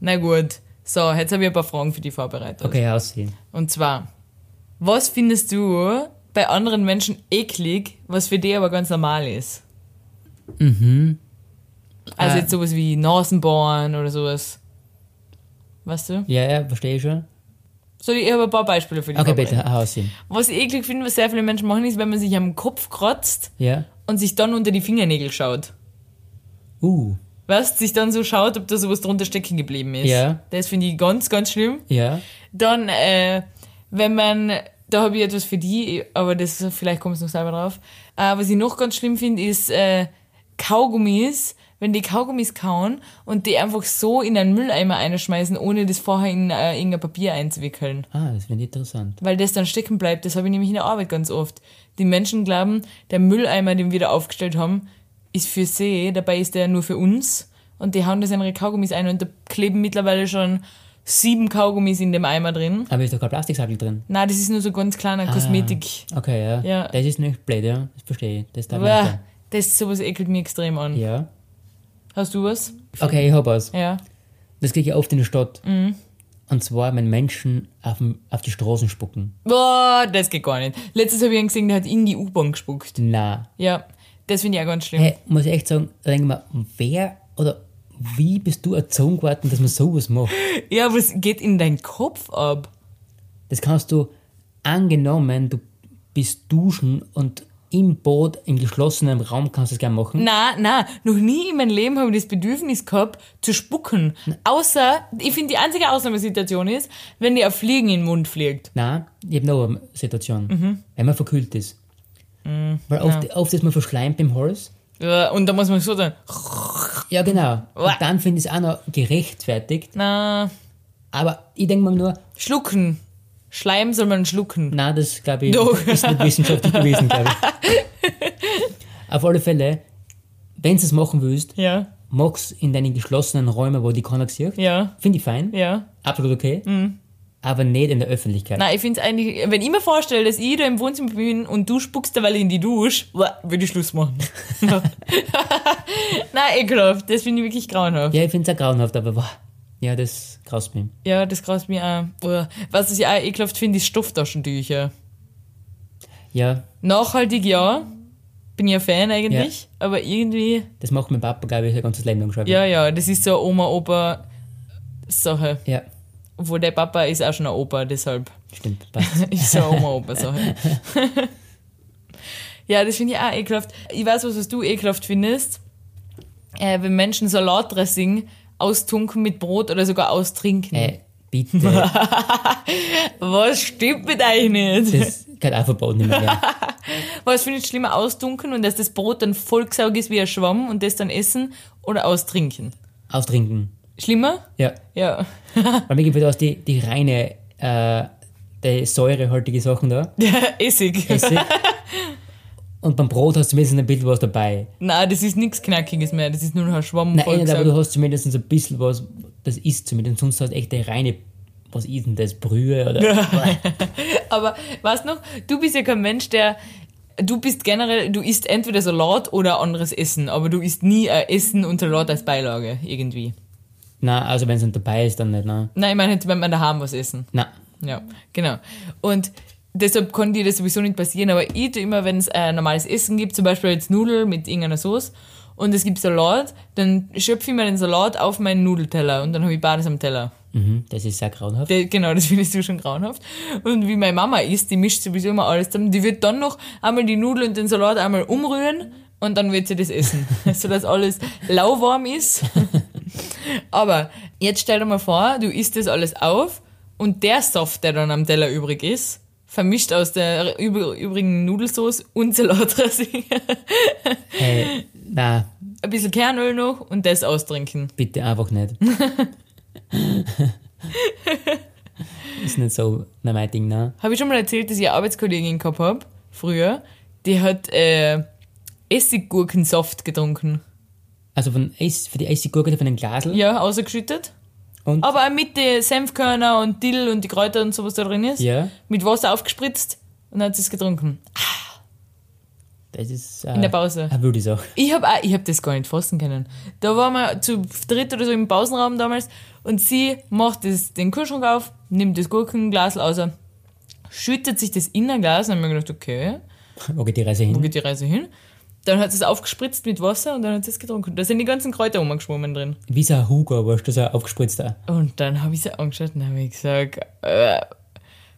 Na gut. So, jetzt habe ich ein paar Fragen für dich vorbereitet. Okay, aussehen. Und zwar, was findest du bei anderen Menschen eklig, was für dich aber ganz normal ist? Mhm. Also Äh. jetzt sowas wie Nasenbohren oder sowas. Weißt du? Ja, ja, verstehe ich schon. So, ich äh, habe ein paar Beispiele für dich. Okay, vorbereitet. bitte, aussehen. Was ich eklig finde, was sehr viele Menschen machen, ist, wenn man sich am Kopf kratzt Ja. und sich dann unter die Fingernägel schaut. Uh, Weißt sich dann so schaut, ob da sowas drunter stecken geblieben ist. Ja. Das finde ich ganz, ganz schlimm. ja. Dann, äh, wenn man, da habe ich etwas für die, aber das vielleicht kommst du noch selber drauf. Äh, was ich noch ganz schlimm finde, ist äh, Kaugummis, wenn die Kaugummis kauen und die einfach so in einen Mülleimer einschmeißen, ohne das vorher in äh, irgendein Papier einzuwickeln. Ah, das finde ich interessant. Weil das dann stecken bleibt, das habe ich nämlich in der Arbeit ganz oft. Die Menschen glauben, der Mülleimer, den wir da aufgestellt haben, ist für sie, dabei ist der nur für uns. Und die hauen das in ihre Kaugummis ein und da kleben mittlerweile schon sieben Kaugummis in dem Eimer drin. Aber ist doch kein Plastiksackel drin. Na, das ist nur so ganz kleiner Kosmetik. Okay, ja. Ja. Das ist nicht blöd, ja. Das verstehe ich. Das darf ich Uah, nicht. das sowas ekelt mir extrem an. Ah, Ja. Hast du was? Okay, ich habe was. Ja. Das kriege ich oft in der Stadt. Mhm. Und zwar, wenn Menschen auf, dem- auf die Straßen spucken. Boah, das geht gar nicht. Letztes habe ich einen gesehen, der hat in die U-Bahn gespuckt. Na, Ja. Das finde ich auch ganz schlimm. Hey, muss ich echt sagen, da denke ich mir, wer oder wie bist du erzogen geworden, dass man sowas macht? Ja, aber es geht in deinen Kopf ab. Das kannst du angenommen, du bist duschen und im Boot, im geschlossenen Raum kannst du das gerne machen. Na, na, noch nie in meinem Leben habe ich das Bedürfnis gehabt, zu spucken. Außer, ich finde, die einzige Ausnahmesituation ist, wenn dir ein Fliegen in den Mund fliegt. Nein, ich habe noch eine Situation, wenn man verkühlt ist. Weil oft, oft ist man verschleimt im Hals. Ja, Und da muss man so sagen, Ja, genau. Uah. Und dann finde ich es auch noch gerechtfertigt. na, Aber ich denke mir nur, schlucken. Schleim soll man schlucken. Na, das glaube ich Doch. ist nicht wissenschaftlich gewesen, glaube ich. Auf alle Fälle, wenn du es machen willst, Ja, mach's in deinen geschlossenen Räumen, wo die keiner sieht. ja, Finde ich fein, ja. Mhm. absolut okay, aber nicht in der Öffentlichkeit. Na, ich finde es eigentlich, wenn ich mir vorstelle, dass ich da im Wohnzimmer bin und du spuckst derweil in die Dusche, uah, würde ich Schluss machen. Nein, ekelhaft. Das finde ich wirklich grauenhaft. Ja, ich finde es auch grauenhaft, aber wow, ja, das graust mich. Ja, das graust mir auch. Uah. Was ich auch ekelhaft finde, ist Stofftaschentücher. Ja, Nachhaltig ja, bin ja Fan eigentlich, aber irgendwie, das macht mein Papa, glaube ich, sein ganzes Leben lang schon. ja, ja, das ist so eine Oma-Opa-Sache. ja Obwohl der Papa ist auch schon ein Opa, deshalb stimmt, passt. ist so eine Oma-Opa-Sache. ja, das finde ich auch ekelhaft. Ich weiß was, was du ekelhaft findest. Äh, wenn Menschen Salatdressing austunken mit Brot oder sogar austrinken. äh, bitte, Was stimmt mit euch nicht? das gehört auch verboten nicht mehr. rein. Was finde ich schlimmer, ausdunkeln und dass das Brot dann vollgesaugt ist wie ein Schwamm und das dann essen oder austrinken? Austrinken, Schlimmer? ja. Ja. Weil mir gibt es die, die reine, äh, die säurehaltige Sachen da. Essig. Essig. Und beim Brot hast du zumindest ein bisschen was dabei. Na, das ist nichts Knackiges mehr, das ist nur noch ein Nein, Schwamm eh nicht, aber vollgesaugt. du hast zumindest ein bisschen was, das isst zumindest. Sonst hast du echt eine reine, was ist denn das, Brühe oder... Aber weißt noch, du bist ja kein Mensch, der. Du bist generell, du isst entweder Salat oder anderes Essen, aber du isst nie ein Essen und Salat als Beilage, irgendwie. Nein, also wenn es nicht dabei ist, dann nicht, nein. Nein, ich meine, jetzt, wenn man daheim was essen. Nein, Ja, genau. Und deshalb konnte dir das sowieso nicht passieren, aber ich tue immer, wenn es äh, normales Essen gibt, zum Beispiel jetzt Nudeln mit irgendeiner Sauce und es gibt Salat, dann schöpfe ich mir den Salat auf meinen Nudelteller und dann habe ich beides am Teller. mhm, das ist sehr grauenhaft. Der- genau, das findest du schon grauenhaft. Und wie meine Mama isst, die mischt sowieso immer alles zusammen. Die wird dann noch einmal die Nudeln und den Salat einmal umrühren und dann wird sie das essen, sodass alles lauwarm ist. Aber jetzt stell dir mal vor, du isst das alles auf und der Saft, der dann am Teller übrig ist, vermischt aus der üb- übrigen Nudelsauce und Salatdressing, Hey, nein, ein bisschen Kernöl noch und das austrinken. bitte einfach nicht. ist nicht so na, mein Ding, nein. Habe ich schon mal erzählt, dass ich eine Arbeitskollegin gehabt habe, früher, die hat äh, Essiggurkensaft getrunken. Also von Eis, für die Essiggurke von einem Glasel Ja, ausgeschüttet. und... Aber auch mit den Senfkörner und Dill und die Kräuter und sowas da drin ist. Ja, Mit Wasser aufgespritzt und hat es getrunken. das ist... äh, Ah, In der Pause. Eine wilde Sache. Ich habe ich hab das gar nicht fassen können. Da waren wir zu dritt oder so im Pausenraum damals und sie macht das, den Kühlschrank auf, nimmt das Gurkenglas raus, schüttet sich das Innerglas und dann haben wir gedacht, okay, Wo geht die Reise hin? wo geht die Reise hin? Dann hat sie es aufgespritzt mit Wasser und dann hat sie es getrunken. Da sind die ganzen Kräuter rumgeschwommen drin. Wie so ein Hugo, weißt du, so ein aufgespritzter. Und dann habe ich sie angeschaut und habe gesagt, äh, äh,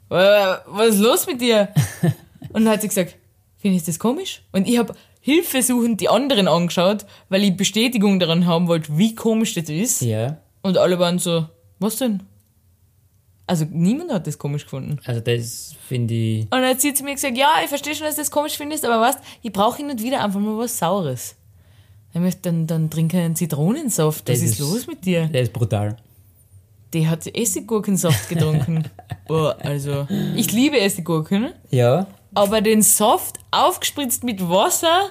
was ist los mit dir? Und dann hat sie gesagt, findest du das komisch? Und ich habe hilfesuchend die anderen angeschaut, weil ich Bestätigung daran haben wollte, wie komisch das ist. Ja, Und alle waren so, was denn? Also niemand hat das komisch gefunden. also das finde ich. Und dann hat sie zu mir gesagt, ja, ich verstehe schon, dass du das komisch findest, aber was, ich brauche hin und wieder einfach mal was Saures. Dann, hab ich gesagt, dann, dann trinke einen Zitronensaft. Das Was ist, ist- los mit dir? Das ist brutal. Die hat Essiggurkensaft getrunken. Boah, also. Ich liebe Essiggurken, Ja, aber den Saft aufgespritzt mit Wasser,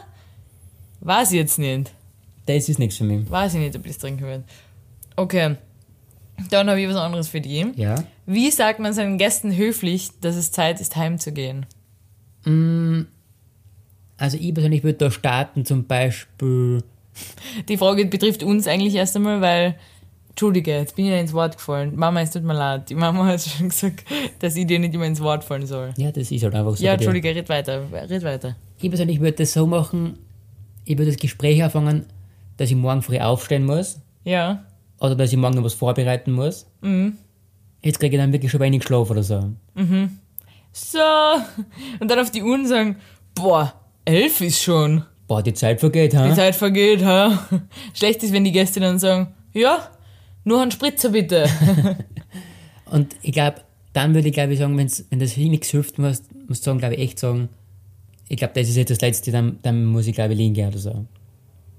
weiß ich jetzt nicht. das ist nichts für mich. Weiß ich nicht, ob ich das trinken werde. Okay. Dann habe ich was anderes für dich. Ja. Wie sagt man seinen Gästen höflich, dass es Zeit ist, heimzugehen? Also ich persönlich würde da starten zum Beispiel. Die Frage betrifft uns eigentlich erst einmal, weil. Entschuldige, jetzt bin ich ja ins Wort gefallen. Mama, es tut mir leid. Die Mama hat schon gesagt, dass ich dir nicht immer ins Wort fallen soll. Ja, das ist halt einfach so. Ja, bei dir. Entschuldige, red weiter. Red weiter. Ich persönlich würde das so machen, ich würde das Gespräch anfangen, dass ich morgen früh aufstehen muss Ja. oder dass ich morgen noch was vorbereiten muss. Mhm. Jetzt kriege ich dann wirklich schon wenig Schlaf oder so. So. Und dann auf die Uhren sagen, boah, elf ist schon. Boah, die Zeit vergeht, Die ha? Zeit vergeht, ha. Schlecht ist, wenn die Gäste dann sagen, ja, nur einen Spritzer bitte. Und ich glaube, dann würde ich glaube ich sagen, wenn's, wenn das nichts hilft, musst musst du sagen, glaube ich, echt sagen, ich glaube, das ist jetzt das Letzte, dann, dann muss ich glaube ich liegen gehen oder so.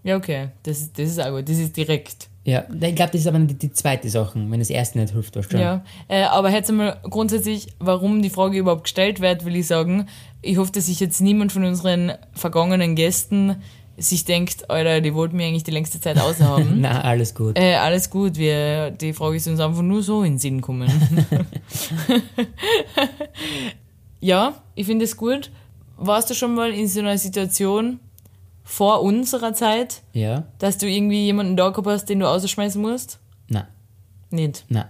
ja, okay. Das, ist- das ist auch gut. Das ist direkt. Ja, ich glaube, das ist aber die, die zweite Sache, wenn das erste nicht hilft, weißt du? Ja, äh, aber jetzt einmal grundsätzlich, warum die Frage überhaupt gestellt wird, will ich sagen. Ich hoffe, dass sich jetzt niemand von unseren vergangenen Gästen sich denkt, Alter, die wollten mir eigentlich die längste Zeit aushaben. Mhm. Na, alles gut. äh, alles gut, wir, die Frage ist uns einfach nur so in den Sinn gekommen. ja, ich finde es gut. Warst du schon mal in so einer Situation vor unserer Zeit, Ja? dass du irgendwie jemanden da gehabt hast, den du ausschmeißen musst? Na, Nicht. na.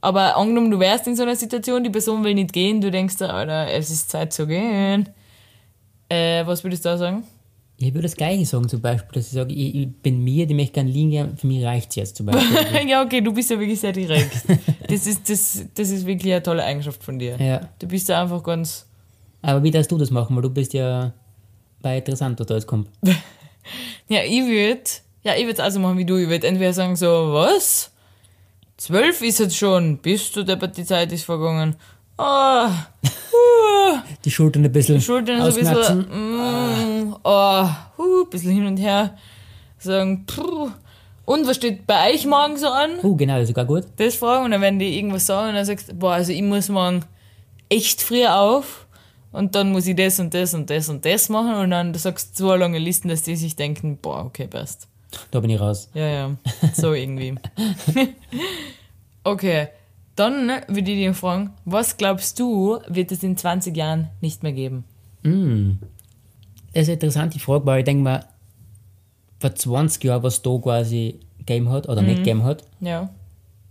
Aber angenommen, du wärst in so einer Situation, die Person will nicht gehen, du denkst dir, Alter, es ist Zeit zu gehen. Äh, was würdest du da sagen? Ich würde das Gleiche sagen, zum Beispiel, dass ich sage, ich, ich bin mir, die möchte gerne liegen gehen, für mich reicht es jetzt zum Beispiel. ja, okay, du bist ja wirklich sehr direkt. Das ist, das, das ist wirklich eine tolle Eigenschaft von dir. ja. Du bist da einfach ganz. Aber wie darfst du das machen, weil du bist ja bei interessant, was da jetzt kommt. Ja, ich würde. Ja, ich würde es also machen wie du. Ich würde entweder sagen so, was? Zwölf ist jetzt schon. Bist du deppert, die Zeit ist vergangen. Ah. Uh. Die Schultern ein bisschen Schultern so ein bisschen, ausknapsen. mm, oh, huh, bisschen hin und her, sagen, puh. und was steht bei euch morgen so an? Oh, genau, das ist sogar gut. Das fragen und dann werden die irgendwas sagen und dann sagst du, boah, also ich muss morgen echt früh auf und dann muss ich das und das und das und das machen und dann sagst du so eine lange Listen, dass die sich denken, boah, okay, passt. Da bin ich raus. Ja, ja, so irgendwie. okay, dann ne, würde ich dir fragen, was glaubst du, wird es in 20 Jahren nicht mehr geben? Hm. Das ist eine interessante Frage, weil ich denke mal, vor 20 Jahren, was da quasi gegeben hat oder Mhm. nicht gegeben hat, Ja.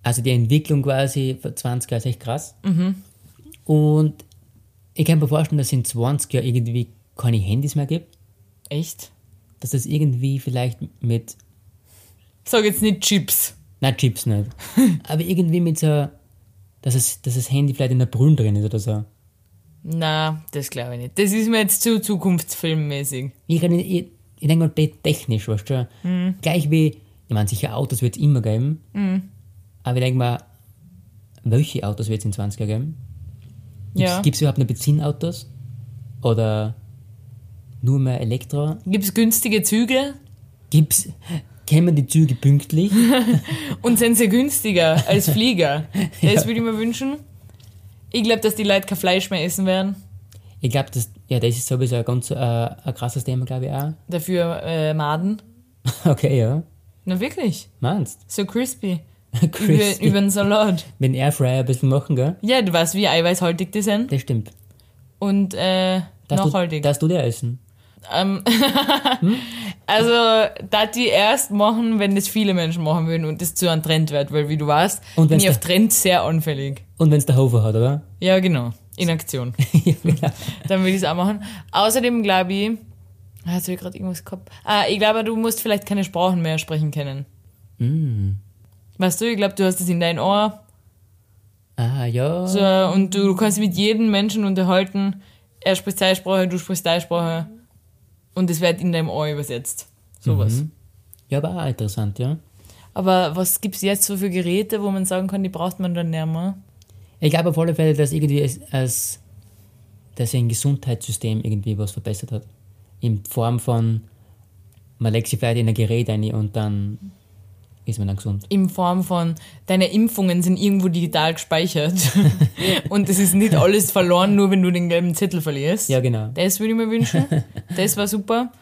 also die Entwicklung quasi vor 20 Jahren ist echt krass. Und ich kann mir vorstellen, dass es in 20 Jahren irgendwie keine Handys mehr gibt, Echt? dass das irgendwie vielleicht mit, Sag jetzt nicht Chips. na Chips nicht, aber irgendwie mit so, dass, es, dass das Handy vielleicht in der Brühe drin ist oder so. Na, das glaube ich nicht. Das ist mir jetzt zu zukunftsfilmmäßig. Ich, rede- ich, ich denke mal be- technisch, weißt du? Gleich wie, ich meine, sicher Autos wird es immer geben, aber ich denke mal, welche Autos wird es in 20 Jahren geben? Ja. Gibt es überhaupt noch Benzinautos? Oder nur mehr Elektro? Gibt es günstige Züge Gibt's, kämen die Züge pünktlich? und sind sie günstiger als Flieger. Das Ja. würde ich mir wünschen. Ich glaube, dass die Leute kein Fleisch mehr essen werden. Ich glaube, das, ja, das ist sowieso ein ganz äh, ein krasses Thema, glaube ich auch. Dafür äh, Maden. Okay, ja. Na wirklich, Meinst so crispy. Crispy. Über, über den Salat. Mit dem Airfryer ein bisschen machen, gell? Ja, du weißt, wie eiweißhaltig die sind. Das stimmt. Und äh, Darfst du, nachhaltig. darfst du dir essen? Ähm, also, da die erst machen, wenn das viele Menschen machen würden und das zu einem Trend wird, weil wie du weißt, Und bin wenn's ich auf da- Trends sehr anfällig. Und wenn es der Hofer hat, oder? Ja, genau. In Aktion. ja, genau. Dann würde ich es auch machen. Außerdem glaube ich, ah, jetzt habe ich gerade irgendwas gehabt. Ah, ich glaube, du musst vielleicht keine Sprachen mehr sprechen können. Mm. Weißt du, ich glaube, du hast es in dein Ohr Ah, ja. so, und du kannst mit jedem Menschen unterhalten. Er spricht seine Sprache, du sprichst deine Sprache und es wird in deinem Ohr übersetzt. Sowas. Mhm. Ja, aber auch interessant, ja. Aber was gibt's jetzt so für Geräte, wo man sagen kann, die braucht man dann nicht mehr? Ich glaube auf alle Fälle, dass irgendwie es als dass ein Gesundheitssystem irgendwie was verbessert hat. In Form von man legt sich vielleicht in ein Gerät ein und dann ist man dann gesund. In Form von, deine Impfungen sind irgendwo digital gespeichert. Und es ist nicht alles verloren, nur wenn du den gelben Zettel verlierst. Ja, genau. Das würde ich mir wünschen. Das war super.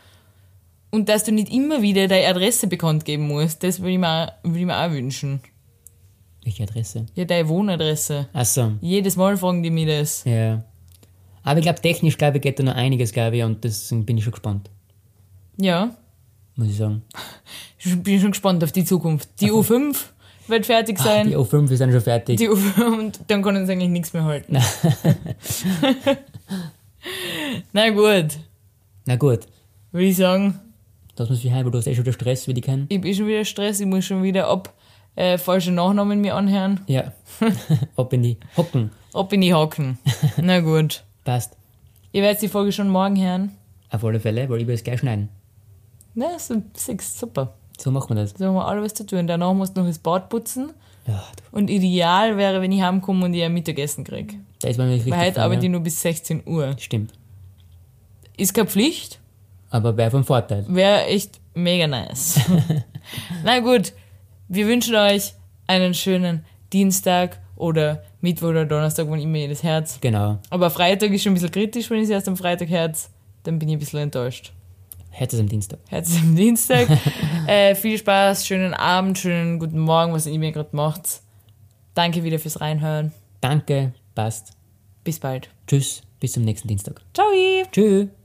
Und dass du nicht immer wieder deine Adresse bekannt geben musst, das würde ich, mir auch- würde ich mir auch wünschen. Welche Adresse? Ja, deine Wohnadresse. Achso, Jedes Mal fragen die mir das. ja. Aber ich glaube, technisch, glaube ich, geht da noch einiges, glaube ich, und deswegen bin ich schon gespannt, Ja. muss ich sagen. Ich bin schon gespannt auf die Zukunft. Die U5 wird fertig Ah, sein. die O5 ist dann schon fertig. Die Ufer und dann kann uns eigentlich nichts mehr halten. Na gut, Na gut, würde ich sagen, Dass man sich heim, weil du hast eh schon wieder Stress, wie die kennen. Ich habe eh schon wieder Stress, ich muss schon wieder ab äh, falsche Nachnamen mir anhören, Ja. Ab in die Hocken. ab in die Hacken. Na gut. Passt. Ihr werdet die Folge schon morgen hören. Auf alle Fälle, weil ich will es gleich schneiden. Na, so, six, super. So macht man das. So haben wir alle was zu tun. Danach musst du noch das Bad putzen. Ja, du, Und ideal wäre, wenn ich heimkomme und ich ein Mittagessen kriege. da ist man nicht richtig. Weil halt heute dran, arbeite ja. ich nur bis 16 Uhr. Stimmt. Ist keine Pflicht, Aber wäre vom Vorteil. wäre echt mega nice. Na gut, wir wünschen euch einen schönen Dienstag oder Mittwoch oder Donnerstag, wann immer ihr das Herz. Genau. Aber Freitag ist schon ein bisschen kritisch, wenn ich es erst am Freitag herz, dann bin ich ein bisschen enttäuscht. Herz ist am Dienstag. Herz am Dienstag. äh, viel Spaß, schönen Abend, schönen guten Morgen, was ihr mir gerade macht. Danke wieder fürs Reinhören. Danke, passt. Bis bald. Tschüss, bis zum nächsten Dienstag. Ciao! Tschüss.